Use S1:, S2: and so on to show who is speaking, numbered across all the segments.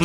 S1: 五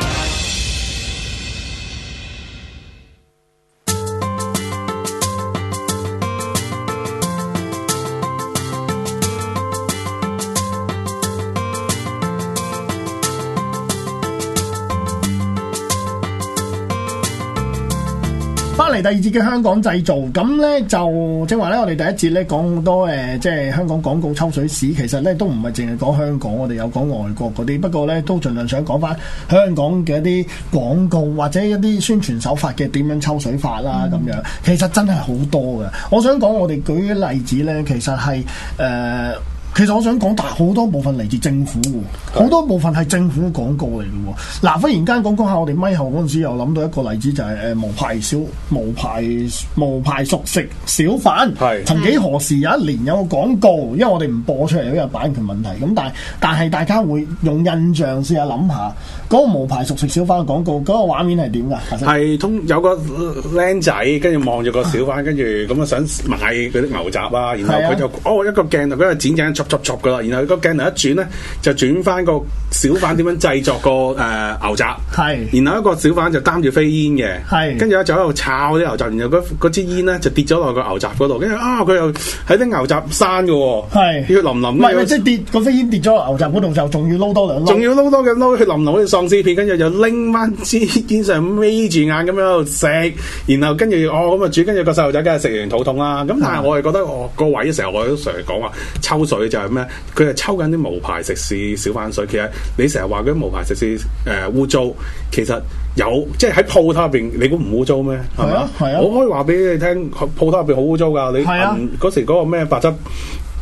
S2: 翻嚟第二節嘅香港製造，咁咧就即係話咧，我哋第一節咧講好多誒、呃即係香港廣告抽水史，其實咧都唔係淨係講香港，我哋有講外國嗰啲，不過咧都盡量想講翻香港嘅一啲廣告或者一啲宣傳手法嘅點樣抽水法啦咁、樣，其實真係好多嘅。我想講，我哋舉例子咧，其實係誒。呃其實我想講，但係好多部分嚟自政府喎，好多部分係政府廣告嚟嘅喎。嗱，忽然間講講下，我哋咪後嗰陣時又諗到一個例子，就係、誒無牌小無牌無牌熟食小販。
S1: 係
S2: 曾幾何時有一年有個廣告，因為我哋唔播出嚟，因為版權問題。咁但係但係大家會用印象試下諗下，嗰、個無牌熟食小販嘅廣告，嗰、個畫面係點㗎？阿生
S3: 係通有個僆仔，跟住望住個小販，跟住咁啊想買嗰啲牛雜啊，然
S2: 係啊
S3: 後佢就哦一個鏡頭，佢就剪剪戳戳戳噶啦，然後個鏡頭一轉咧，就轉翻個小販點樣製作個誒牛雜，
S2: 係
S3: 然後一個小販就擔住飛煙嘅，
S2: 係
S3: 跟住咧就喺度炒啲牛雜，然後嗰嗰支煙咧就跌咗落個牛雜嗰度，跟住啊佢又喺啲牛雜山嘅喎，
S2: 係
S3: 要淋
S2: 唔
S3: 淋
S2: 係即係跌個飛煙跌咗落牛雜嗰度，就仲要撈多兩
S3: 仲
S2: 撈。
S3: 要撈多嘅撈血淋淋好似喪屍片，跟住就拎翻支煙上眯住眼咁樣喺度食，然後跟住哦咁啊煮，跟住個細路仔梗係食完肚痛啦。咁
S2: 嗯
S3: 但係我係覺得我個位成日我都成日講話抽水就係咩？佢係抽緊啲無牌食肆小販水。其實你成日話嗰啲無牌食肆誒污糟，其實有即係喺鋪頭入邊，你估唔污糟咩？係咪
S2: 係啊係啊
S3: 我可以話俾你聽，鋪頭入邊好污糟㗎。你
S2: 係啊
S3: 銀嗰時嗰個咩白汁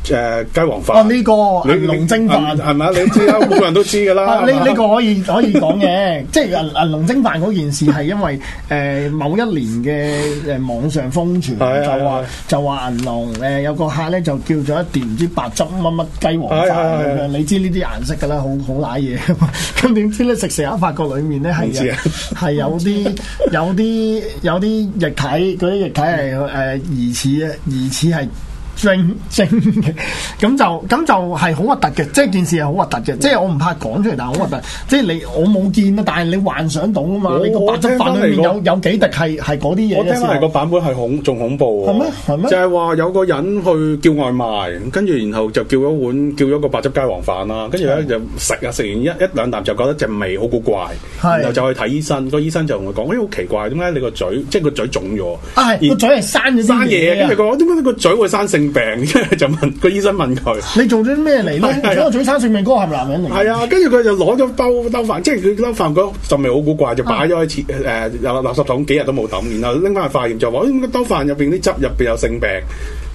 S3: 誒雞皇飯
S2: 哦，呢、個
S3: 你
S2: 銀龍蒸飯。
S3: 係咪啊？ 你知啦，每個人都知㗎啦。
S2: 啊！呢
S3: 係嘛
S2: 呢個可以 可以講嘅，即係銀銀龍蒸飯嗰件事係因為 誒、呃某一年嘅誒網上瘋傳，
S3: 係係
S2: 就話
S3: 係
S2: 就話銀龍誒有個客咧就叫咗一碟唔知白汁乜乜雞皇飯
S3: 係係係
S2: 咁樣，你知呢啲顏色㗎啦，好好揦嘢㗎嘛 咁點知咧食食下發覺裡面咧係
S3: 唔知
S2: 有
S3: 啊
S2: 係有啲有啲有啲液體，嗰啲液體係誒、呃疑似疑似係。蒸蒸嘅，咁就咁就係好核突嘅，即係件事係好核突嘅，即係我唔怕講出嚟，但係好核突。即係你我冇見啊，但係你幻想到啊嘛，
S3: 我
S2: 你個白汁飯裏面有有幾滴係係嗰啲嘢
S3: 我聽
S2: 嘅時
S3: 嚟
S2: 候，
S3: 個版本係恐仲恐怖喎。
S2: 係咩係咩
S3: 就係話有個人去叫外賣，跟住然後就叫咗碗叫咗個白汁雞皇飯啦，跟住咧就食啊食完一一兩啖就覺得隻味好古怪，
S2: 係
S3: 然後就去睇醫生，個醫生就同佢講：，哎咦好奇怪，點解你個嘴即係個嘴腫咗？
S2: 啊係個嘴係生咗啲
S3: 生嘢，
S2: 嘢
S3: 跟
S2: 啊
S3: 住佢話：哦點解你個嘴會生性病？ 跟住就問個醫生問佢。
S2: 你做咗啲咩嚟
S3: 係係啊
S2: 咧？我嘴生性命嗰個係咪男人嚟？
S3: 係啊，跟住佢就攞咗兜兜飯，即係佢兜飯嗰陣味好古怪，就擺咗喺廁誒垃垃圾桶幾日都冇抌，然後拎翻去化驗就話：，咦、兜飯入邊啲汁入邊有性病。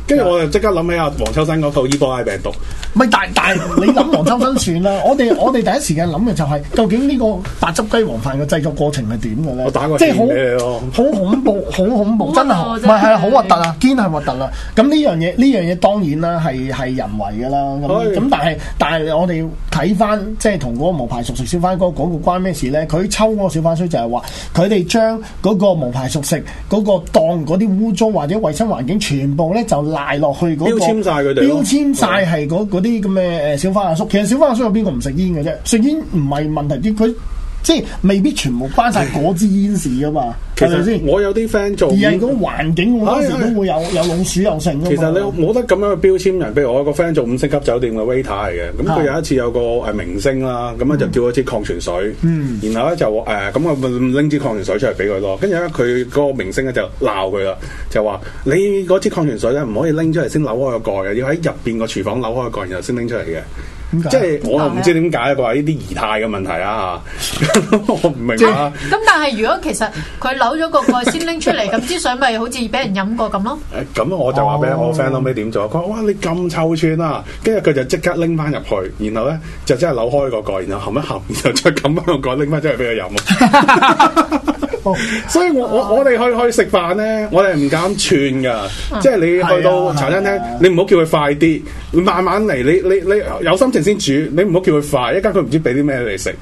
S3: 跟住我就即刻諗起阿黃秋生嗰套伊波拉病毒，
S2: 唔係，但但你諗黃秋生算 啦。我哋我哋第一時間諗嘅就係、究竟呢個白汁雞皇飯嘅製作過程係點嘅咧？
S3: 我打個
S2: 即係
S3: 欠俾你
S2: 好
S3: 咯
S2: 好恐怖，好恐怖，
S4: 好
S2: 真係
S4: 核
S2: 好唔
S4: 突
S2: 係係啊好
S4: 真
S2: 核
S4: 係
S2: 突啊，堅係核突啦。咁呢樣嘢呢樣嘢當然啦，係係人為㗎啦。咁
S3: 係
S2: 咁但係但係我哋睇翻即係同嗰個無牌熟食小販嗰個廣告關咩事咧？佢抽嗰個小販衰就係話佢哋將嗰個無牌熟食嗰個檔嗰啲污糟或者衞生環境全部咧就賴落去嗰、個
S3: 標籤晒佢哋咯
S2: 標籤晒係嗰嗰啲咁嘅誒小販阿叔，其實小販阿叔有邊個唔食煙嘅啫？食煙唔係問題，啲佢即係未必全部關 晒嗰支煙事噶嘛，
S3: 其
S2: 係咪
S3: 實
S2: 先？
S3: 我有啲 friend 做
S2: 而係嗰個環境好多時
S3: 係係
S2: 都會有有老鼠有剩啊噶嘛。
S3: 其實你冇得咁樣去標籤人，譬如我有個 friend 做五星級酒店嘅 waiter 嚟嘅，咁佢有一次有個誒明星啦，咁啊咧就叫咗支礦泉水，
S2: 嗯
S3: 然後咧就誒咁我拎支礦泉水出嚟俾佢咯，跟住咧佢嗰個明星咧就鬧佢啦，就話你嗰支礦泉水咧唔可以拎出嚟先扭開個蓋嘅，要喺入邊個廚房扭開個蓋然後先拎出嚟嘅。
S2: 點解
S3: 即係我又唔知點解佢話呢啲儀態嘅問題啊， 我唔明啊。
S4: 咁但係如果其實佢扭咗個蓋先拎出嚟，咁支水咪好似俾人飲過 咁咯？
S3: 誒咁我就話俾
S2: 哦
S3: 我 friend 後尾點做，佢話：哇你咁臭串啊！跟住佢就即刻拎翻入去，然後咧 就真係扭開個蓋，然後含一含，然後再冚翻個蓋拎翻出嚟俾佢飲啊。
S2: 哦
S3: 所以我
S2: 啊
S3: 我我哋去去食飯咧，我哋唔敢串噶，即係你去
S2: 係
S3: 到
S2: 啊
S3: 茶餐
S2: 係
S3: 廳
S2: 啊，
S3: 你唔好叫佢快啲，你慢慢嚟，你你你有心情先煮，你唔好叫佢快，一間佢唔知俾啲咩你食。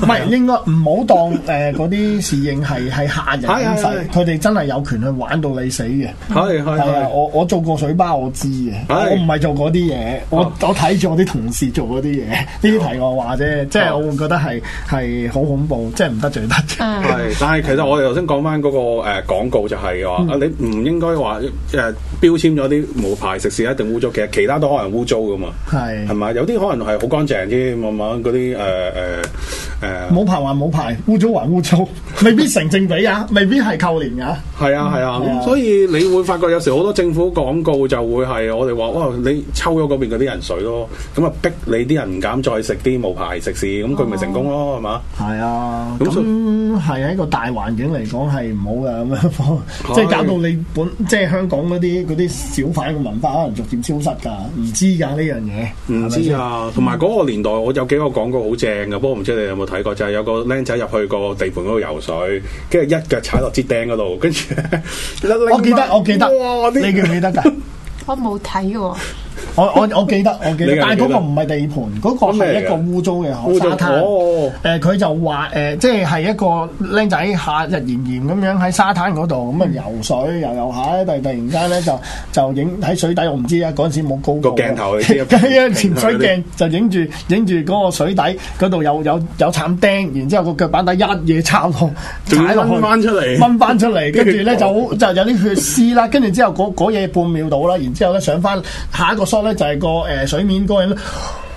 S2: 唔係應該唔好當誒嗰啲侍應係係下人
S3: 係
S2: 咁
S3: 係
S2: 細，
S3: 係
S2: 佢哋真係有權去玩到你死嘅。
S3: 係係
S2: 係啊，
S3: 係。
S2: 我我做過水包，我知嘅。
S3: 係哦
S2: 我唔係做嗰啲嘢，我我睇住我啲同事做嗰啲嘢，呢啲題外話啫。即係
S3: 哦
S2: 我會覺得係係好恐怖，即係唔得罪得罪。
S4: 嗯
S3: 係，但係其實我哋頭先講翻嗰個誒廣告就係
S2: 嗯
S3: 話，啊你唔應該話誒標籤咗啲無牌食肆一定污糟，其實其他都可能污糟噶嘛，
S2: 係
S3: 係咪？有啊啲可能係好乾淨啲，慢慢嗰啲誒誒誒。
S2: 冇牌還冇牌，污糟還污糟，未必成正比 啊，未必係扣連噶。
S3: 係啊
S2: 係
S3: 係啊，
S2: 啊
S3: 咁所以你會發覺有時好多政府廣告就會係我哋話，哇你抽咗嗰邊嗰啲人水咯，咁啊逼你啲人唔敢再食啲無牌食肆，咁佢咪成功咯，係嘛？
S2: 係啊，
S3: 咁
S2: 咁
S3: 所以
S2: 係喺個大環境嚟講係唔好嘅咁樣，
S3: 係
S2: 即係搞到你本即係香港嗰啲嗰啲小販嘅文化可能逐漸消失㗎，唔知㗎呢樣嘢，
S3: 唔
S2: 係咪
S3: 知
S2: 先。
S3: 啊，同埋嗰個年代，我有幾個廣告好正嘅，不過唔知你有冇睇過，就係、有個僆仔入去個地盤嗰度游水，跟住一腳踩落支釘嗰度，跟住
S2: 我記得，我記
S3: 哇
S2: 得，
S3: 啲
S2: 你記唔記得 㗎？
S4: 我冇睇喎，
S2: 我我我記得，我記
S3: 你
S2: 得
S3: 記，得
S2: 但係嗰個唔係地盤，嗰個係一個污糟嘅
S3: 污糟
S2: 沙灘。
S3: 哦，
S2: 誒佢就話誒，即係係一個僆仔夏日炎炎咁樣喺沙灘嗰度咁啊游水游游下咧，突突然間咧就就影喺水底，我唔知啊，嗰陣時冇高
S3: 個
S2: 過
S3: 鏡頭你知 啊
S2: 跟住咧潛水鏡就影住影住嗰個水底嗰度有有有慘釘，然之後個腳板底一嘢插落，
S3: 仲
S2: 踩
S3: 要
S2: 落去
S3: 掹翻出嚟，
S2: 掹翻出嚟，跟住咧
S3: 跟住哦
S2: 就好就有啲血絲啦，跟住之後嗰嗰嘢半秒到啦，然之後咧上翻下一個 shot 咧就係個誒水面嗰個人咧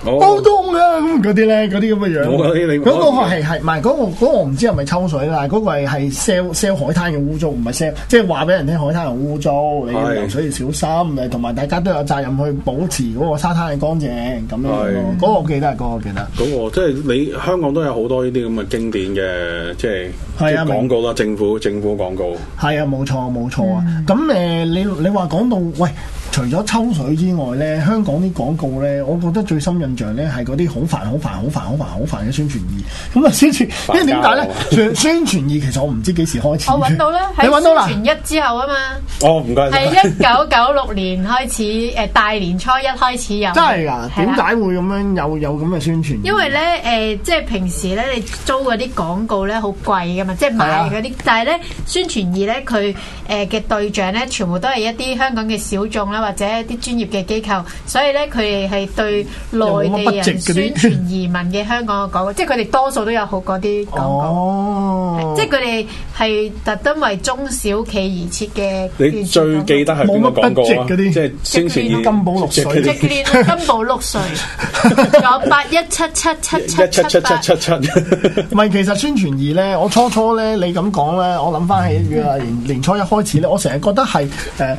S3: 哦
S2: 好凍啊咁嗰啲咧嗰啲咁嘅樣，
S3: 我覺得你啊
S2: 嗰個係係唔係嗰個嗰個我唔知係咪抽水啦，嗰個係係 sell sell 海灘嘅污糟，唔係 sell 即係話俾人聽海灘係污糟，你要
S3: 係
S2: 游水要小心誒，同埋大家都有責任去保持嗰個沙灘嘅乾淨咁樣
S3: 係
S2: 咯。嗰個我記得，嗰個我記得。
S3: 嗰個啊即係你香港都有好多呢啲咁嘅經典嘅即係
S2: 係啊
S3: 即係廣告啦，政府政府廣告
S2: 係啊，冇錯冇錯啊！
S4: 嗯
S2: 咁誒、你你話講到喂，除咗抽水之外咧，香港啲廣告咧，我覺得最深印象咧係嗰啲好煩、好煩、好煩、好煩、好煩嘅宣傳二。咁啊，宣傳，因為點解咧？宣宣傳二其實我唔知幾時開始嘅。
S4: 我揾 到啦，喺
S2: 你揾到啦。
S4: 宣傳一之後啊嘛，
S3: 哦，唔該
S4: 係
S3: 晒。
S4: 一九九六年開始，誒大年初一開始有，
S2: 真係㗎，
S4: 係
S2: 點
S4: 啦
S2: 解會咁樣有有咁嘅宣傳？
S4: 因為咧，誒、即係平時咧，你租嗰啲廣告咧，好貴噶嘛，即係買
S3: 啊
S4: 嗰啲。但係咧，宣傳二咧，佢誒嘅對象咧，全部都係一啲香港嘅小眾啦，或者一啲專業嘅機構，所以咧，佢哋係對內地人宣傳移民嘅香港嘅廣告，即係佢哋多數都有好嗰啲廣告，
S2: 哦，
S4: 即係佢哋係特登為中小企而設嘅。
S3: 你最記得係邊個廣告
S2: 冇乜 budget
S3: 啊？
S2: 嗰啲
S3: 即係宣傳
S2: 金寶綠水
S4: j a c k l 金寶碌 水，仲有八一七七七
S3: 一
S4: 七
S3: 七
S4: 七
S3: 七
S4: 八
S3: 七。七七。
S2: 唔係，其實宣傳二咧，我初初咧，你咁講咧，我諗翻起呃年年初一開始咧，我成日覺得係誒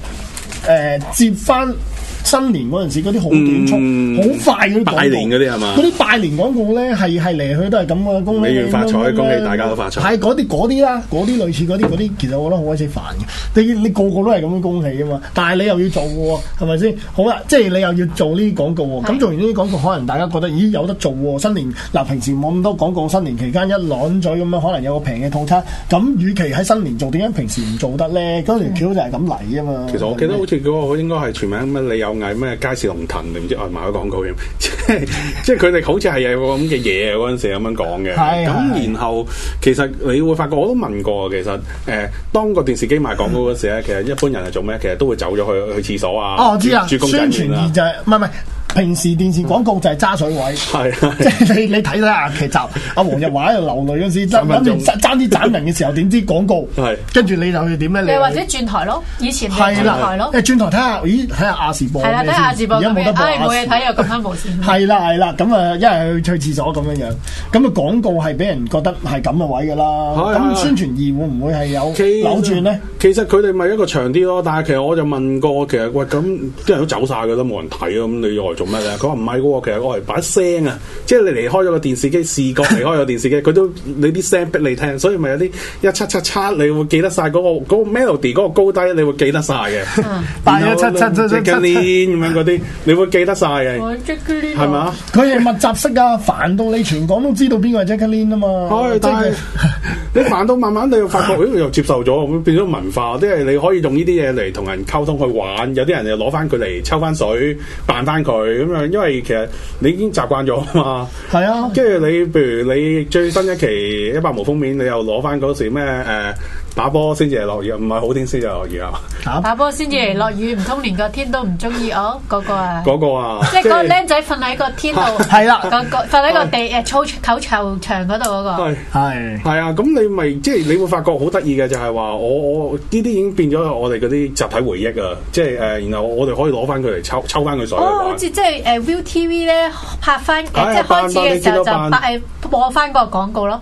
S2: 誒接翻新年嗰陣時嗰啲好短促、好、
S3: 嗯
S2: 快嗰啲廣告
S3: 拜年嗰啲係嘛
S2: 嗰啲拜年廣告咧係係嚟去都係咁嘅，恭喜
S3: 你願發財
S2: 咁樣
S3: 恭喜大家都發財
S2: 係嗰啲嗰啲啦，嗰啲類似嗰啲嗰啲，其實我覺得好鬼死煩嘅。你你個個都係咁樣恭喜啊嘛，但係你又要做嘅喎，係咪先？好啦，即係你又要做呢啲廣告喎。咁做完呢啲廣告，可能大家覺得咦有得做喎，新年嗱平時冇咁多廣告，新年期間一攬嘴咁樣，可能有個平嘅套餐。咁與其喺新年做，點解平時唔做得咧？嗰條橋就係咁嚟啊嘛。
S3: 其實我記得好似嗰個應該係全名咩李有毅咩街市龍騰定唔知外賣嘅廣告添， 即係即係佢哋好似係有個咁嘅嘢嗰陣時咁樣講嘅。
S2: 係係
S3: 咁然後其實你會發覺我都問過，其實誒、呃、當個電視機賣廣告嗰時咧，其實一般人係做咩？其實都會走咗去去廁所啊，
S2: 哦，我知啦，
S3: 住
S2: 宣
S3: 公仔
S2: 傳
S3: 麵
S2: 二
S3: 啊，
S2: 就係唔係唔係平時電視廣告就係揸水位。
S3: 係
S2: 即
S3: 係
S2: 係你你睇睇下劇集，阿黃日華喺度流淚嗰陣時，
S3: 三分
S2: 諗住
S3: 鐘
S2: 爭爭啲斬人嘅時候，點知廣告
S3: 係，
S2: 跟住你就去點咧？你
S4: 你
S2: 又
S4: 或者轉台咯，以前係
S2: 係
S4: 轉台
S2: 啦，
S4: 咯，
S2: 誒轉台睇下，咦睇下亞視播
S4: 係啦，
S2: 咩先
S4: 睇下亞視播
S2: 而家
S4: 咁
S2: 冇得
S4: 樣，
S2: 播
S4: 唉冇
S2: 亞
S4: 嘢
S2: 視。
S4: 睇啊又撳翻無線。
S2: 係啦係啦，咁啊，一係去去廁所咁樣樣，咁啊廣告係俾人覺得係咁嘅位噶啦，咁
S3: 係係
S2: 宣傳二會唔會係有
S3: 其實
S2: 扭轉咧？
S3: 其實佢哋咪一個長啲咯，但係其實我就問過，其實喂咁啲人都走晒㗎啦，冇人睇啊，咁你又嚟做做乜啊？佢話唔係喎，其實我係把聲啊，即係你離開咗個電視機，視覺離開咗電視機，佢都你啲聲逼你聽，所以咪有啲一七七七，你會記得晒嗰、個嗰、個 melody 嗰個高低，你會記得晒嘅。
S2: 但係一七七七七七
S3: 七咁樣嗰啲，你會記得晒嘅，
S4: 我即係呢度
S3: 係咪啊？
S2: 佢哋密集式啊，煩到你全港都知道邊個係 Jacqueline 啊嘛
S3: 唉，，
S2: 即
S3: 但
S2: 係
S3: 係 你煩到慢慢你又發覺， 咦又接受咗，咁變咗文化，即係你可以用呢啲嘢嚟同人溝通去玩。有啲人又攞翻佢嚟抽翻水，扮翻佢咁樣，因為其實你已經習慣咗啊嘛。
S2: 係啊，
S3: 跟住你，譬如你最新一期一百毛封面，你又攞翻嗰時咩誒、呃打波先至係落雨，唔係好天先至係落雨啊！
S4: 打波先至嚟落雨，唔通連個天都唔中意我嗰個啊？
S3: 嗰個啊，
S4: 即係嗰個僆仔瞓喺個天度，
S2: 係啦
S4: 個個瞓喺個地誒操球球場嗰度嗰個。
S3: 係。
S2: 係
S3: 係啊，咁你咪即係你會發覺好得意嘅就係話，我我呢啲已經變咗我哋嗰啲集體回憶啊，即係誒、呃然後我哋可以攞翻佢嚟抽抽翻佢水嚟
S4: 哦，
S3: 玩
S4: 好似即係誒 ViuTV 咧拍翻誒，
S3: 係
S4: 即係開始嘅時候就
S3: 扮扮
S4: 拍誒播翻個廣告咯。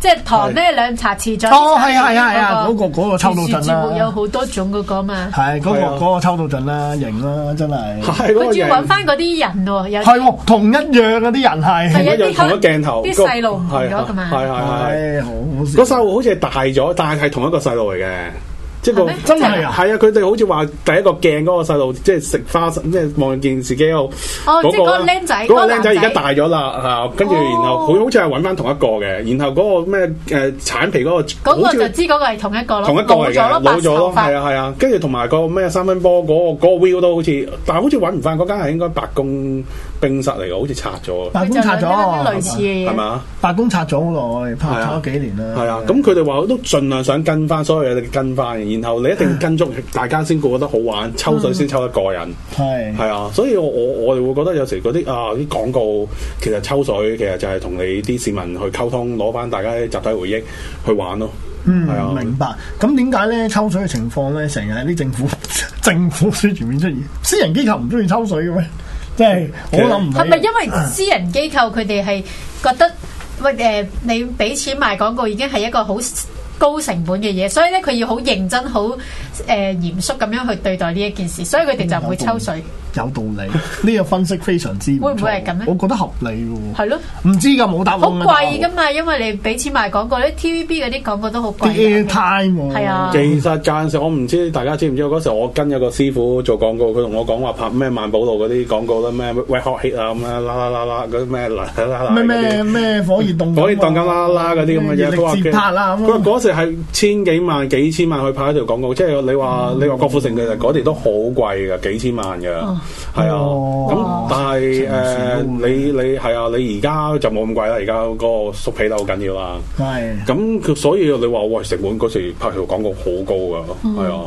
S4: 即係堂咧兩茶匙咗。
S2: 哦係啊係啊係啊嗰個嗰個抽到
S4: 電視
S2: 震啦
S4: 節目有好多種嗰個嘛，
S2: 係嗰個
S3: 係啊
S2: 嗰個抽到盡啦，型啦，真係
S3: 係嗰
S4: 佢
S3: 個
S4: 仲要揾
S3: 型
S4: 翻嗰啲人喎，有
S2: 係
S4: 啲
S2: 喎，同一樣嗰啲人
S4: 係
S2: 係
S4: 啊
S3: 嗰有同一鏡頭，
S4: 啲
S3: 嗰個
S4: 細路唔同咗㗎嘛
S3: 係係係係。
S2: 係好好
S3: 個
S2: 笑，
S3: 細路好似係大咗，但係係同一個細路嚟嘅，即係
S4: 係
S3: 個
S4: 咩
S2: 真係啊
S3: 係啊！佢哋好似話第一個鏡嗰個細路，即係食花生，即係望見自己喺度。
S4: 哦即係嗰個
S3: 啦
S4: 僆仔
S3: 嗰個
S4: 嗰
S3: 僆仔而
S4: 個男仔
S3: 家大咗啦，啊！跟住
S4: 哦
S3: 然後佢好似係揾翻同一個嘅，然後嗰個咩誒橙皮嗰個，
S4: 嗰個
S3: 好似
S4: 就知嗰個係同一個咯，
S3: 同一個嚟
S4: 老咗
S3: 嘅，
S4: 咯，
S3: 老
S4: 白
S3: 咗咯
S4: 頭，
S3: 係
S4: 髮。
S3: 啊係啊，跟住同埋個咩三分波嗰個嗰個 Will 都好似，但係好似揾唔翻嗰間係應該白宮冰室嚟嘅，好似拆咗，
S2: 白
S4: 佢
S2: 宮
S4: 就
S2: 拆
S4: 有啲類似
S2: 咗，
S4: 嘅
S3: 係咪
S4: 嘢。
S3: 啊？
S2: 白宮拆咗好耐，拍
S3: 係啊
S2: 咗幾年啦，
S3: 係啊，咁佢哋話都盡量想跟翻所有嘢，跟翻，然後你一
S4: 啊
S3: 定跟足，大家先覺得好玩，抽水先抽得過癮。
S2: 係
S4: 嗯
S3: 係啊，所以我我我哋會覺得有時嗰啲啊啲廣告其實抽水，其實就係同你啲市民去溝通，攞翻大家啲集體回憶去玩咯。係
S2: 嗯，
S3: 啊
S2: 明白。咁點解咧抽水嘅情況咧，成日喺啲政府 政府宣傳面出現？私人機構唔中意抽水嘅咩？即係我諗唔
S4: 係咪
S2: 係
S4: 因為私人機構佢哋係覺得喂誒、呃你俾錢賣廣告已經係一個好 s- 高成本嘅嘢，所以咧佢要好認真、好誒、呃、嚴肅咁樣去對待呢一件事，所以佢哋就唔會抽水，
S2: 有道理？呢個分析非常之
S4: 會唔會
S2: 係
S4: 係咁呢
S2: 我覺得合理嘅喎。
S4: 係咯，
S2: 唔知㗎，冇答案
S4: 好
S2: 㗎。
S4: 貴噶嘛，因為你俾錢賣廣告咧，TVB 嗰啲廣告都好
S2: 啲
S4: 貴㗎。
S2: airtime 喎
S4: 係啊
S3: 其實間陣時我唔知大家知唔知，嗰時我跟有個師傅做廣告，佢同我講話拍咩萬寶路嗰啲廣告啦，咩 Wet Hot Hit 啊咁樣啦啦啦啦嗰啲咩啦啦啦啦
S2: 咩
S3: 嗰
S2: 咩
S3: 啲
S2: 咩火熱動
S3: 嗰啲當緊啦啦嗰啲咁嘅嘢，佢
S2: 熱
S3: 話
S2: 力
S3: 嘅
S2: 節拍啦咁
S3: 佢
S2: 啊。
S3: 嗰時係千幾萬、幾千萬去拍一條廣告，即係你話你話郭富城其實嗰條都好貴㗎，幾千萬㗎，係啊。咁
S2: 哦
S3: 但係誒，
S2: 成
S3: 你你係啊，你而家就冇咁貴啦，而家嗰個縮皮都好緊要啦。
S2: 係
S3: 咁佢所以你話喂成本嗰時拍條廣告好高㗎，係啊，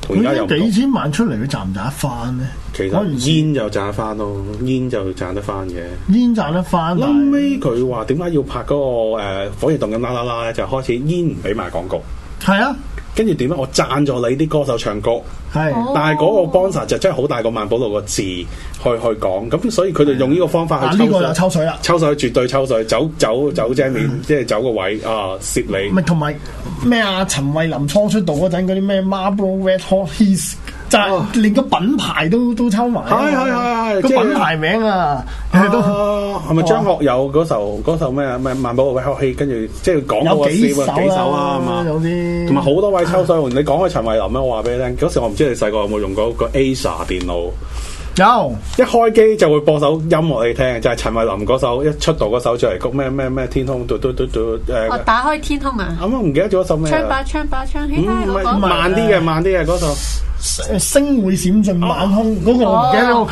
S3: 同而家又唔
S2: 佢幾
S3: 同。
S2: 千萬出嚟，佢賺唔賺得翻咧？
S3: 其
S2: 我唔
S3: 實
S2: 知
S3: 煙就賺得翻咯，煙就賺得翻嘅。
S2: 煙賺得翻，但
S3: 臨
S2: 係
S3: 尾佢話點解要拍嗰、個、呃、火熱動感啦啦啦咧，就開始煙唔俾賣廣告，
S2: 係啊，
S3: 跟住點咧？我贊助你啲歌手唱歌，
S2: 係。
S3: 但係嗰個 sponsor 就真係好大個萬寶路個字去去講，咁所以佢就用呢個方法
S2: 啊，
S3: 去
S2: 呢個就，抽
S3: 抽水
S2: 水嗯啦。
S3: 抽水絕對抽水，走走走正面，即係走個位啊，攝你
S2: 咪同埋咩啊？陳慧琳初出道嗰陣嗰啲咩 Marlboro Red Hot Hits，就
S3: 哦
S2: 係連個品牌都都抽埋啊。
S3: 係係係係
S2: 個
S3: 即係
S2: 品牌名啊，係都
S3: 啊，係咪張學友嗰首嗰首咩啊咩萬寶路嘅口氣，跟住即係講嗰
S2: 有
S3: 個
S2: 幾
S3: 攝
S2: 首
S3: 啊幾首啊，係嘛
S2: 啦，？有啲
S3: 同埋好多位抽水，你講開陳慧琳咧，我話俾你聽，嗰時我唔知你細個有冇用過個 Acer 電腦，
S2: 有
S3: 一開機就會播首音樂你聽，就係、陳慧琳嗰首一出道嗰首出嚟，曲咩咩咩天空嘟嘟嘟嘟誒，
S4: 我
S3: 啱
S4: 打開天空啊！
S3: 啱唔記得咗首咩
S4: 槍把
S3: 啊？
S4: 槍把槍
S3: 嗯，
S4: 起啦
S3: 唔
S4: 嗰
S3: 係
S4: 個，
S3: 慢啲嘅，慢啲嘅嗰首，
S2: 誒星會閃進晚空嗰個我唔記得咗
S4: 哦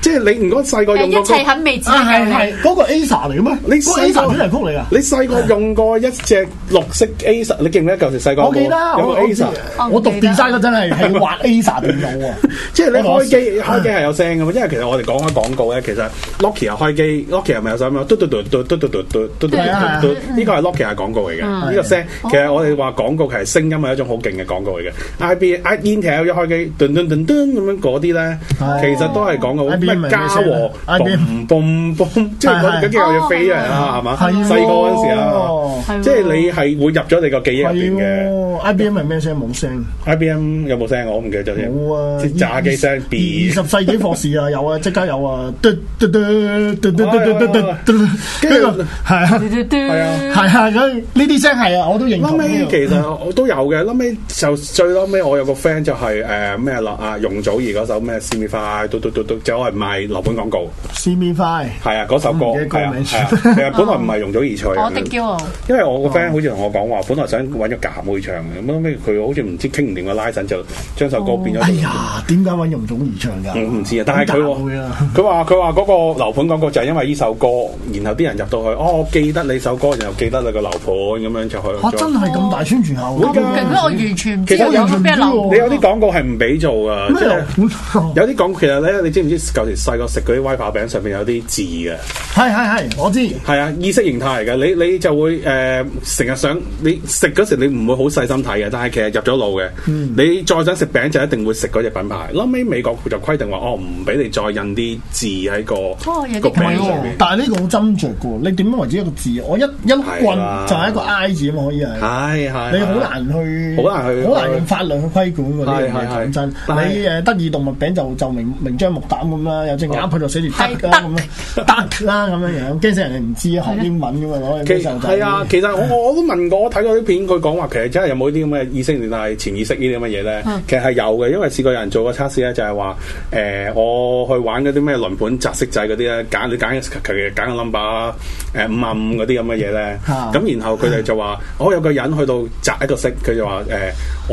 S3: 即係你如果細個
S4: 誒
S3: 用
S4: 一
S3: 過嗰
S4: 切很未知
S2: 啊，係
S4: 嘅
S2: 係嗰個 Asa 嚟嘅咩？
S3: 你
S2: 嗰個
S3: 細個
S2: Asa 主題曲嚟㗎。
S3: 你細個用過一隻綠色 Acer，你記唔記得舊時細個有
S2: 我記得，
S3: 冇有
S2: 我
S3: 個
S2: 我知
S3: Acer？
S2: 我讀 design 嗰陣係係畫 Asa 電腦啊，
S3: 即係你
S2: 我
S3: 開機開機係有聲噶嘛，因為其實我哋講開廣告咧，其實 Nokia 開機，Nokia 咪有首咩嘟嘟嘟嘟嘟嘟嘟嘟嘟嘟嘟，呢個係 Nokia 嘅廣告嚟嘅，呢個聲其實我哋話廣告其實聲音係一種好勁嘅廣告嚟嘅。IB 啊 Intel 一開機機，噔噔噔噔咁樣嗰啲咧，
S2: 哦
S3: 其實都係講個咩
S2: IBM
S3: 家和
S2: 咪你寫
S3: 嘣嘣嘣，即係嗰
S2: 係係
S3: 嗰幾樣嘢飛出嚟啦，係嘛？
S2: 係
S3: 細個嗰陣時啊，
S4: 係喎
S3: 即係你係會入咗你個記憶入邊
S2: 係啊
S3: 嘅。
S2: 喎，IBM 係咩聲冇聲？
S3: IBM 有冇聲？我唔記得咗添。
S2: 冇啊！
S3: 即係炸機聲
S2: 二十世紀博士啊，有啊，即刻有啊，嘟嘟嘟嘟嘟嘟
S3: 哎
S2: 嘟嘟嘟，跟住係啊，
S3: 係啊。
S2: 係啊，咁呢啲聲係啊，我都認
S3: 後
S2: 同呢
S3: 尾
S2: 個。
S3: 其實我都有嘅，後尾就最後尾我有個 friend 就係誒咩啦啊容祖兒嗰首咩《See Me Fly》，嘟嘟嘟嘟，就係賣樓盤廣告，
S2: See me fly，
S3: 係啊嗰首歌
S2: 唔記得歌
S3: 係啊
S2: 名
S3: 係啊，其 實本來唔係容祖兒
S2: 啊
S3: 唱
S4: 我的
S3: 嘅，
S4: 驕傲，
S3: 因為我個 friend 好似同我講話，本來想揾咗夾妹唱嘅，咁後尾佢好似唔知傾唔掂個拉神，就將首歌變咗
S2: 哎
S3: 做。
S2: 呀，點解揾容祖兒唱㗎？
S3: 我唔知啊，但係佢
S2: 咁尷尬啊
S3: 話佢話佢話嗰個樓盤廣告就係因為呢首歌，然後啲人入到去，哦，我記得你首歌，然後記得你個樓盤咁樣就去咗。
S2: 哇！真係咁啊大宣傳效果，
S3: 會
S4: 咁勁我完全唔知
S3: 其實
S4: 道有啲咩流
S3: 你有啲廣告係唔俾做噶，
S2: 哦
S3: 即
S2: 咩
S3: 係
S2: 樓盤？
S3: 有啲廣告其實咧，你知唔知舊時細個食嗰啲威化餅上面有啲字嘅？
S2: 係係係，我知。
S3: 係啊，意識形態嚟嘅，你你就會誒成日想你食嗰時你唔會好細心睇嘅，但係其實入咗腦嘅。
S2: 嗯
S3: 你再想食餅就一定會食嗰只品牌。後尾美國就規定話，哦唔俾你再印啲字喺個
S4: 哦有啲
S3: 個
S4: 咁
S3: 餅
S4: 嘅
S3: 上
S4: 嘢
S3: 面。
S2: 但係呢個好斟酌嘅喎，你點樣為之一個字？我一一
S3: 係
S2: 棍
S3: 啦
S2: 就係一個 I 字啊咁可以係。
S3: 係係，
S2: 你好難去，
S3: 好難去
S2: 好難用法律去規管嗰啲
S3: 係
S2: 嘢。
S3: 係係
S2: 講真，
S3: 但係
S2: 你誒得意動物餅就就明明張目膽咁啦，有
S3: 哦
S2: 隻鴨佢就寫住得啦咁樣，得啦咁樣樣，驚死人哋唔知啊，學英文咁啊攞去
S3: 其
S2: 啲細路仔。
S3: 係啊，其實我 我都問過，我睇過啲片，佢講話其實真係有冇啲咁嘅意識形態、潛意識呢啲咁嘅嘢咧？其實係有嘅，因為試過有人做過測試咧，就係話誒，我去玩嗰啲咩輪盤擲色仔嗰啲咧，揀你揀求其揀個 number 誒五啊五嗰啲咁嘅嘢咧，
S2: 啊
S3: 咁然後佢哋就話，我有個人去到擲一個色，佢就話誒、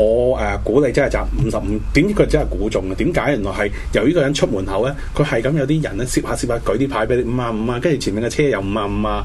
S3: 我誒、估你真係擲五十五，點知佢真係估中嘅？點解？原來係由於個人出門口咧，佢係咁有啲人咧，攝下攝下舉啲牌俾你五啊五啊，跟住前面嘅車又五啊五啊，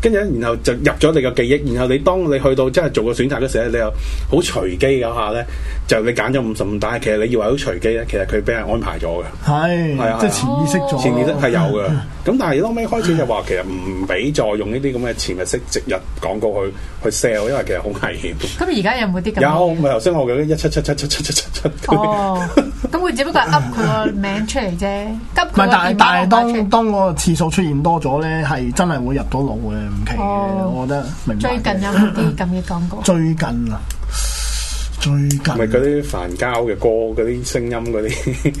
S3: 跟住咧然後就入咗你個記憶，然後你當你去到真係做個選擇嗰時咧，你又好隨機嗰下咧，就你揀咗五十五，但係其實你以為好隨機咧，其實佢俾人安排咗嘅。
S2: 係
S3: 係啊
S2: 即係潛意識咗。
S3: 潛意識係有嘅，咁但係後尾開始就話其實唔俾再用呢啲咁嘅潛意識植入廣告去去 sell，因為其實好危險。
S4: 咁而家有冇啲咁嘅嘢？
S3: 有咪頭先我講一七七七七七七七七嗰啲，
S4: 哦，咁佢只不過係噏佢個名出嚟啫，噏
S2: 唔係，但係
S4: 佢個電話
S2: 但係
S4: 號碼出
S2: 當
S4: 嚟。
S2: 當嗰個次數出現多咗咧，係真係會入到腦嘅，唔奇嘅。
S4: 哦
S2: 我覺得明白嘅。
S4: 最近有冇啲咁嘅廣告？
S2: 最近啊，最
S3: 咪
S2: 近
S3: 嗰啲煩交嘅歌嗰啲聲音嗰啲，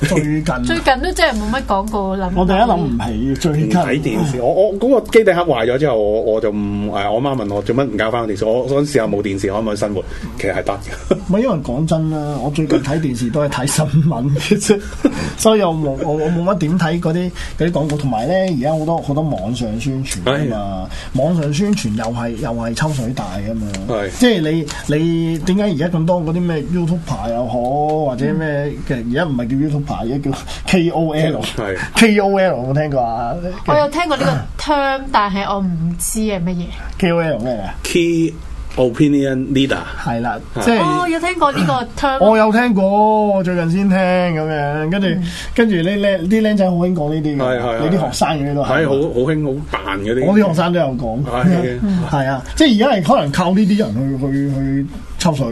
S2: 最近
S4: 最
S2: 啊，
S4: 近都真係冇乜廣告諗。
S2: 我哋一諗唔起最
S3: 唔
S2: 近
S3: 睇電視。我我嗰個機頂盒壞咗之後，我我就唔誒，我媽問我做乜唔搞翻個電視，我我想試下冇電視可唔可以生活，其實係得嘅。
S2: 唔係因為講真啦，我最近睇電視都係睇新聞嘅啫， 所以我冇我我冇乜點睇嗰啲嗰啲廣告，同埋咧而家好多好多網上宣傳
S3: 哎
S2: 啊嘛，網上宣傳又係又係抽水大啊嘛，
S3: 係
S2: 即係你你點解而家咁多嗰啲咩 YouTube 又好，或者咩嘅而家唔係叫 YouTube 而家叫 KOL
S3: 嗯係
S2: KOL 有冇聽過啊
S4: 我有聽過呢個 term，但係我唔知係乜嘢。
S2: ？KOL 咩啊？
S3: Key opinion leader
S2: 係啦，即係。
S4: 哦，有聽過呢個 term，
S2: 我有聽過，我最近先聽咁樣，跟住跟住呢僆啲僆仔好興講呢啲
S3: 係係
S2: 嘅，
S3: 係
S2: 你啲學生嘅都
S3: 係好好興好扮嗰啲。
S2: 我啲學生都有講，
S3: 係
S2: 係啊，即係而家係可能靠呢啲人去去去抽水，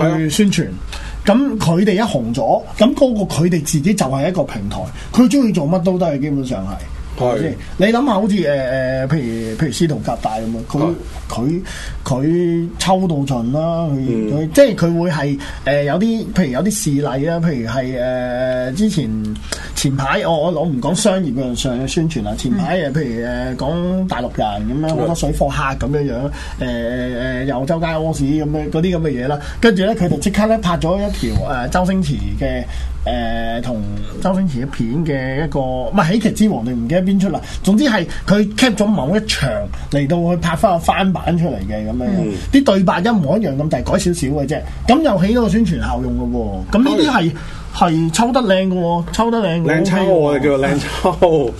S3: 啊
S2: 去宣傳。咁佢哋一紅咗，咁嗰個佢哋自己就係一個平台，佢中意做乜都得嘅，基本上係。係咪先
S3: 係
S2: 你諗下，好似誒誒，譬如譬如司徒夾帶咁樣，佢佢佢抽到盡啦，佢佢即係佢會係誒、呃有啲，譬如有啲事例啦，譬如係誒、呃之前前排我我我唔講商業嘅上嘅宣傳啦，前排誒譬如誒講大陸人咁樣好多水貨客咁樣樣，誒誒誒又周街屙屎咁樣嗰啲咁嘅嘢啦，跟住咧佢就即刻咧拍咗一條誒、呃周星馳嘅。誒同周星馳嘅片嘅一個，唔係喜劇之王定唔記得邊出啦。總之係佢 cap 咗某一場嚟到去拍翻個翻版出嚟嘅咁樣，啲、對白一模一樣咁，但係改少少嘅啫。咁又起到個宣傳效用嘅喎。咁呢啲係係抽得靚嘅喎，抽得靚嘅 OK
S3: 靚
S2: 嘅
S3: 抽
S2: 喎
S3: 我哋叫做靚抽，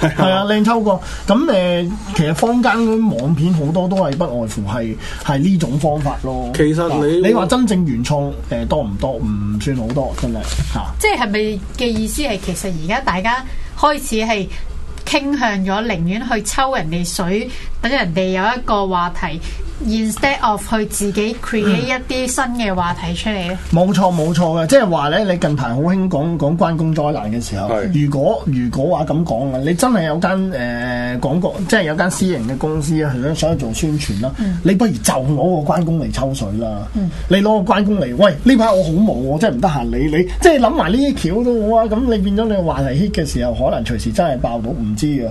S2: 係啊，靚抽過。咁誒、呃其實坊間嗰啲網片好多都係不外乎係係呢種方法咯。
S3: 其實你
S2: 嗱你話真正原創誒、呃多唔多？唔算好多，真係嚇。
S4: 即係係咪嘅意思係其實而家大家開始係傾向咗，寧願去抽人哋水，等人哋有一個話題。 instead of 去自己 create 一啲新嘅話題出嚟咧？
S2: 冇錯冇錯嘅，即係話咧，你近排好興講講關公災難嘅時候，
S3: 係
S2: 如果如果話咁講啊，你真係有間誒、呃、廣告，即係有間私營嘅公司啊，想想做宣傳啦，你不如就攞個關公嚟抽水啦，你攞個關公嚟，喂呢排我好忙喎，我真係唔得閒理你，即係諗埋呢啲橋都好啊，咁你變咗你話題 hit 嘅時候，可能隨時真係爆到唔知啊。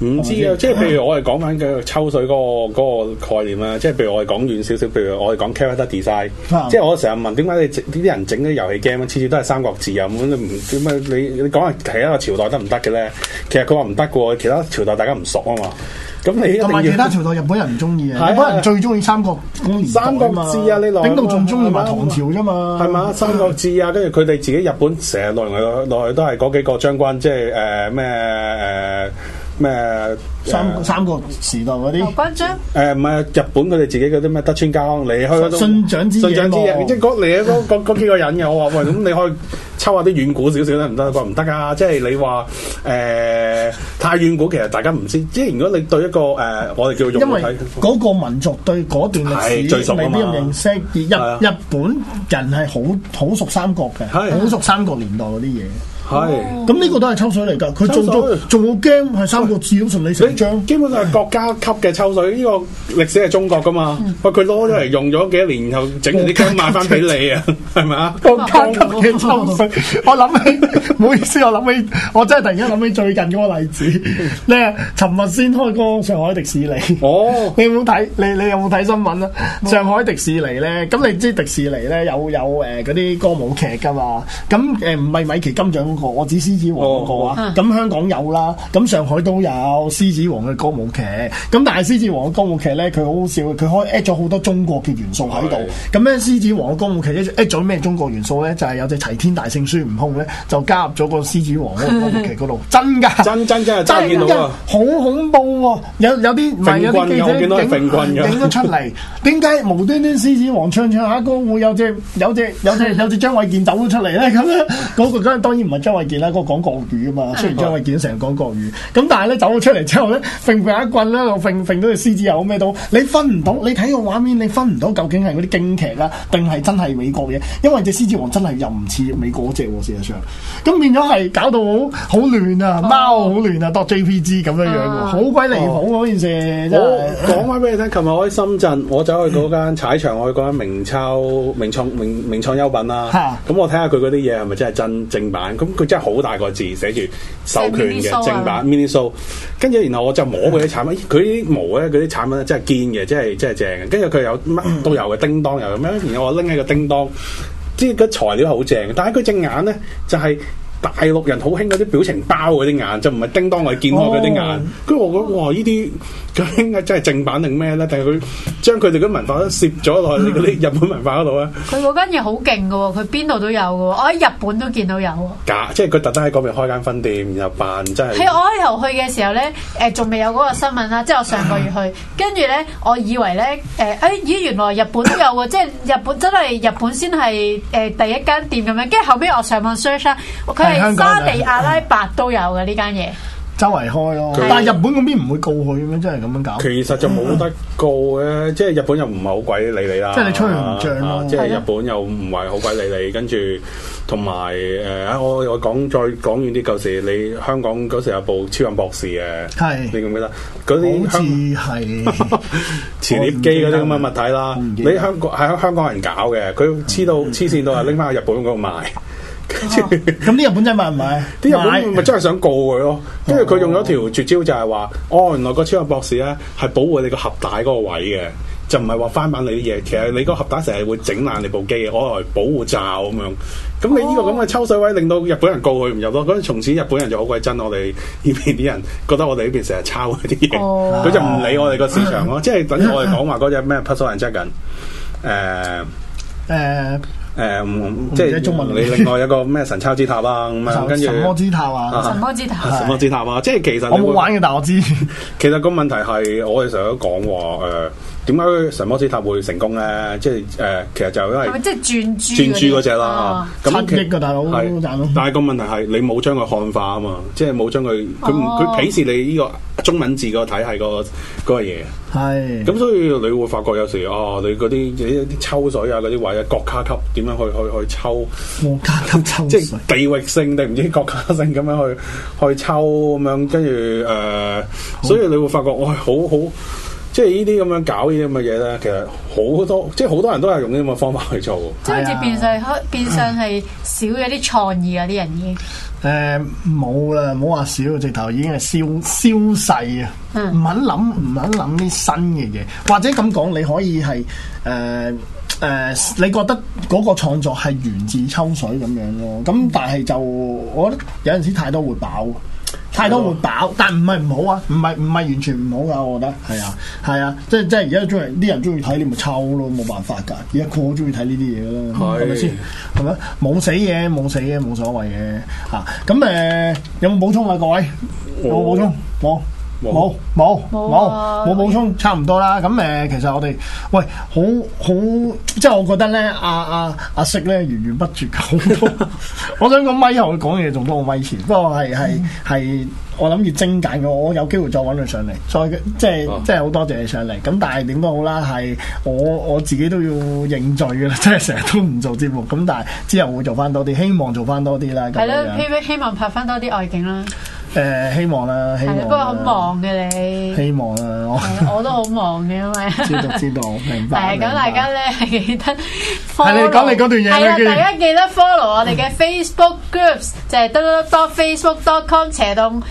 S3: 唔知啊，即係譬如我哋講翻嘅抽水嗰、個嗰個概念啦，即係譬如我哋講遠少少，譬如我哋講 character design，、
S2: 啊
S3: 即係我成日問點解你整呢啲人整啲遊戲 game 次次都係三國志啊咁，你唔點解你你講下其他個朝代得唔得嘅咧？其實佢話唔得嘅喎，其他朝代大家唔熟啊嘛，咁你一
S2: 同埋
S3: 定
S2: 其
S3: 要
S2: 他。朝代日本人唔中意
S3: 係啊
S2: 啊，日本人最中意三國嗰個年代
S3: 三國志啊呢類
S2: 頂到仲中意埋
S3: 係嘛
S2: 唐朝啫嘛，
S3: 係嘛？《三國志》啊，跟住佢哋自己日本成日落嚟落去都係嗰幾個將軍，即係誒咩誒咩誒
S2: 三三國時代嗰
S4: 劉
S2: 啲。
S4: 關張
S3: 誒唔係日本佢哋自己嗰啲咩德川家康，你開嗰
S2: 信長之野
S3: 信長之野，
S2: 望
S3: 即係嗰你嗰嗰嗰幾個人嘅，我話喂，咁你可以抽下啲遠古少少得唔得？佢話唔得啊，即係你話誒太遠古，其實大家唔知，即係如果你對一個誒、我哋叫
S2: 因
S3: 用
S2: 為
S3: 睇。
S2: 嗰個民族對嗰段歷
S3: 係最
S2: 史
S3: 熟啊
S2: 未必
S3: 嘛
S2: 咁認識，
S3: 係
S2: 而
S3: 啊
S2: 日日本人係好好熟三國嘅，
S3: 係
S2: 好熟三國年代嗰啲嘢。
S3: 係，
S2: 咁呢個都係抽水嚟㗎，佢做
S3: 抽水
S2: 咗做個 game 係三國志咁順理成
S3: 你
S2: 章。
S3: 基本上係國家級嘅抽水，呢、個歷史係中國噶嘛？
S2: 嗯
S3: 喂，佢攞咗嚟用咗幾多年，然後整完啲金賣翻俾你啊，係咪啊？
S2: 國家級嘅抽 水，我諗起，唔好意思，我諗起，我真係突然間諗起最近嗰個例 子。咧，尋日先開嗰個上海迪士尼。
S3: 哦，
S2: 你有冇睇？你你有冇睇新聞啊？上海迪士尼咧，咁你知迪士尼咧有有誒嗰啲歌舞劇噶嘛？咁誒唔係米奇金獎嗰個，我指獅子王嗰個
S3: 哦
S2: 啊。咁香港有啦，咁上海都有獅子王嘅歌舞劇。咁但係獅子王嘅歌舞劇咧，佢好好笑嘅，佢可以 add 咗好多中國嘅元素喺度。咁咧獅子王嘅歌舞劇 add 咗咩中國元素咧？就係有隻齊天大聖孫悟空咧，就加入咗個獅子王嗰個歌舞劇嗰度，真㗎。
S3: 真真真係真係見
S2: 真
S3: 到
S2: 噶
S3: 啊！，
S2: 好恐怖喎、有有啲唔係有啲記
S3: 揈棍㗎我見到
S2: 者
S3: 係揈棍
S2: 影
S3: 㗎
S2: 影咗出嚟，點解無端端獅子王唱唱下歌會有隻有隻有隻有隻張衛健走咗出嚟咧？咁樣嗰個梗係當然唔係張衛健啦，嗰、個講國語啊嘛。雖然張衛健成日講國語，咁但係咧走咗出嚟之後咧，揈揈下一棍啦，又揈揈到隻獅子又咩到，你分唔到，你睇個畫面你分唔到究竟係嗰啲京劇啦，定係真係美國嘢，因為隻獅子王真係又唔似美國嗰只喎，事實上，咁變咗係搞到好好亂啊，貓好亂啊，當 JPG 咁樣樣喎，好鬼離譜嗰件事真
S3: 我
S2: 係。
S3: 講翻俾你聽，琴日我喺深圳，我走去嗰間踩場，我去嗰間 名抄名創名名創優品啦。
S2: 嚇
S3: 咁我睇下佢嗰啲嘢係咪真係真正版？咁佢真係好大個字寫住授權
S4: mini show 啊
S3: 嘅正版 mini show。跟住然後我就摸佢啲產品，咦佢啲毛咧，佢啲產品咧真係堅嘅，真係真係正嘅。跟住佢有乜都有嘅，叮當又有咩？然後我拎起個叮當，即係個材料係好正嘅，但係佢隻眼咧就係、大陸人好興嗰啲表情包嗰啲眼，就唔係叮當我係見開嗰啲
S2: 哦
S3: 眼。跟住我覺得哇！呢啲究竟係真係正版定咩咧？定係佢將佢哋嘅文化都攝咗落去嗰啲日本文化嗰度咧？啊
S4: 佢嗰間嘢好勁嘅喎，佢邊度都有嘅喎，我喺日本都見到有喎。
S3: 假，即係佢特登喺嗰邊開間分店，然後扮
S2: 啊
S3: 真
S4: 喺
S3: 係。
S4: 啊我開頭去嘅時候咧，誒仲未有嗰個新聞啦，即係我上個 月去，跟住咧我以為咧誒誒咦原來日本都有喎，即係日本真係日本先係誒第一間店咁樣，跟住後尾我上網 search 啦，佢
S2: 係香
S4: 係
S2: 港
S4: 沙
S2: 嘅
S4: 地阿拉伯都有嘅呢間嘢，
S2: 周圍開咯，
S3: 佢
S2: 但係日本嗰邊唔會告佢咁樣，真係咁樣搞。
S3: 其實就冇得告嘅，即係日本又唔係好鬼理你啦。
S2: 即係你吹佢唔漲咯
S3: 啊即係
S4: 係
S3: 日
S4: 咯
S3: 本又唔係好鬼理你，跟住同埋誒，啊我我講再講遠啲，舊時你香港嗰時有部超人博士嘅，
S2: 係
S3: 你記唔記得？嗰啲
S2: 好似
S3: 香
S2: 係
S3: 磁碟機嗰啲咁嘅物體啦，
S2: 我唔記得嗯
S3: 你香港喺香港人搞嘅，佢黐到黐線到係啊拎翻去日本嗰度賣，跟住
S2: 咁啲日本仔買唔買？啊
S3: 啲日本
S2: 買哦
S3: 咪真係想告佢咯，跟住佢用咗條絕招就係話，哦原來個超人博士咧啊係保護你個盒帶嗰個位嘅。就唔係話翻版你啲嘢，其實你個盒帶成日會整爛你部機嘅，我嚟保護罩咁樣。咁
S2: 哦
S3: 你呢個咁嘅抽水位，令到日本人告佢唔入咯。嗰陣從此日本人就好鬼憎我哋呢邊啲人，覺得我哋呢邊成日抄佢啲嘢。
S4: 哦
S3: 佢就唔理我哋個市場咯，即係等於我哋講話嗰只咩 Puzzle and Dragon，誒
S2: 誒
S3: 誒唔，
S2: 記
S3: 即
S2: 得
S3: 係
S2: 中文
S3: 你另外一個咩神抄之塔啊咁樣，跟住
S2: 神魔之塔啊！
S4: 神魔之塔。
S3: 啊神魔之塔啊，即係其實
S2: 我
S3: 你
S2: 冇
S3: 會
S2: 玩嘅，但我知。
S3: 其實個問題係我哋成日都講話誒呃點解神魔斯塔會成功咧？即係誒，其實就因為
S4: 係咪即係轉珠
S3: 轉
S4: 嗰啲哦
S3: 珠嗰只啦。咁
S2: 七億㗎大佬
S3: 係
S2: 大佬
S3: 但係個問題係你冇將佢漢化啊嘛，即係冇將佢佢唔
S4: 哦
S3: 佢鄙視你呢個中文字個體系個嗰個嘢。
S2: 係
S3: 咁所以你會發覺有時哦，你嗰啲啲啲抽水啊嗰啲位啊，國家級點樣去去去抽，
S2: 國家級抽
S3: 即
S2: 水
S3: 係地域性定唔知國家性咁樣去 去抽咁樣，跟住誒，呃所以你會發覺哇，好好。即係呢啲咁樣搞呢啲咁嘅嘢咧，其實好多即係好多人都係用呢啲咁嘅方法去做。
S4: 即係好
S2: 係啊
S4: 似變相開變相係少咗啲創意啊！啲人已經
S2: 誒呃冇啦，唔好話少，直頭已經係消消逝啊！
S4: 嗯
S2: 唔肯諗，唔肯諗啲新嘅嘢，或者咁講，你可以係誒誒，你覺得嗰個創作係源自抽水咁樣咯。咁但係就我覺得有陣時太多會飽。太多會飽，但唔係唔好啊，唔係唔係完全唔好噶，我覺得係啊，係啊，即係即係而家中意啲人中意睇你咪抽咯，冇辦法㗎。而家佢好中意睇呢啲嘢㗎啦，
S3: 係
S2: 係咪先？係咪？冇死嘢，冇死嘢，冇所謂嘅嚇。咁、誒有冇補充啊？各位有冇補充？冇。
S3: 冇
S2: 冇冇
S4: 冇
S2: 冇
S4: 啊
S2: 冇補充，差唔多啦。咁誒、其實我哋喂，好好，即係我覺得咧，阿阿阿息咧源源不絕好多。我想講咪後佢講嘢仲多過咪前，不過係係係，我諗要精簡嘅。我有機會再揾佢上嚟，再即係
S3: 哦
S2: 即係好多謝你上嚟。咁但係點都好啦，係我我自己都要認罪嘅啦，即係成日都唔做節目。咁但係之後會做翻多啲，希望做翻多啲啦。咁
S4: 係
S2: 樣
S4: 咯，
S2: 誒、
S4: 希希望拍翻多啲外景啦。
S2: 希望啦，希望
S4: 係啦，
S2: 啦。
S4: 不過好忙嘅你，
S2: 希望啦，我。
S4: 係啊我都好忙嘅，因為。
S2: 知道知道，明白。
S4: 係咁，
S2: 明白
S4: 大家咧係記得 follow
S2: 係你講你嗰段嗯嘢啦
S4: 係啦，
S2: 跟住
S4: 大家記得 follow 我哋嘅 Facebook groups，就係 www.facebook.com 斜洞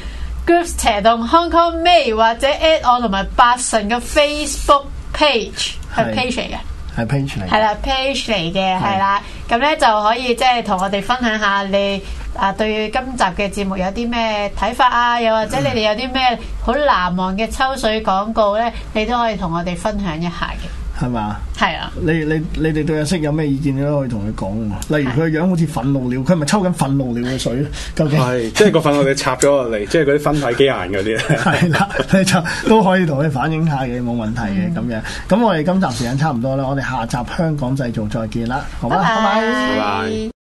S4: groups 斜洞 Hong Kong May 或者 at 我同埋八神嘅 Facebook page 係
S2: 係
S4: page 嚟嘅。
S2: 係 page 嚟嘅。
S4: 係啦，page 嚟嘅係啦，咁咧就可以即係同我哋分享下你啊對今集嘅節目有啲咩睇法啊，又或者你哋有啲咩好難忘嘅抽水廣告咧，你都可以同我哋分享一下嘅，
S2: 係嘛？
S4: 係啊。
S2: 你你你哋對阿息有咩意見，你都可以同佢講喎。例如佢個樣好似憤怒了，佢係咪抽緊憤怒了嘅水咧？究竟
S3: 係，即係個粉我哋插咗落嚟，即係嗰啲分體機械人嗰啲咧。
S2: 係啦， 你就都可以同佢反映下嘅，冇問題嘅
S4: 嗯
S2: 咁樣。咁我哋今集時間差唔多啦，我哋下集香港製造再見啦，好嗎？啊
S4: 拜
S2: 拜拜。
S3: 拜拜
S4: 拜。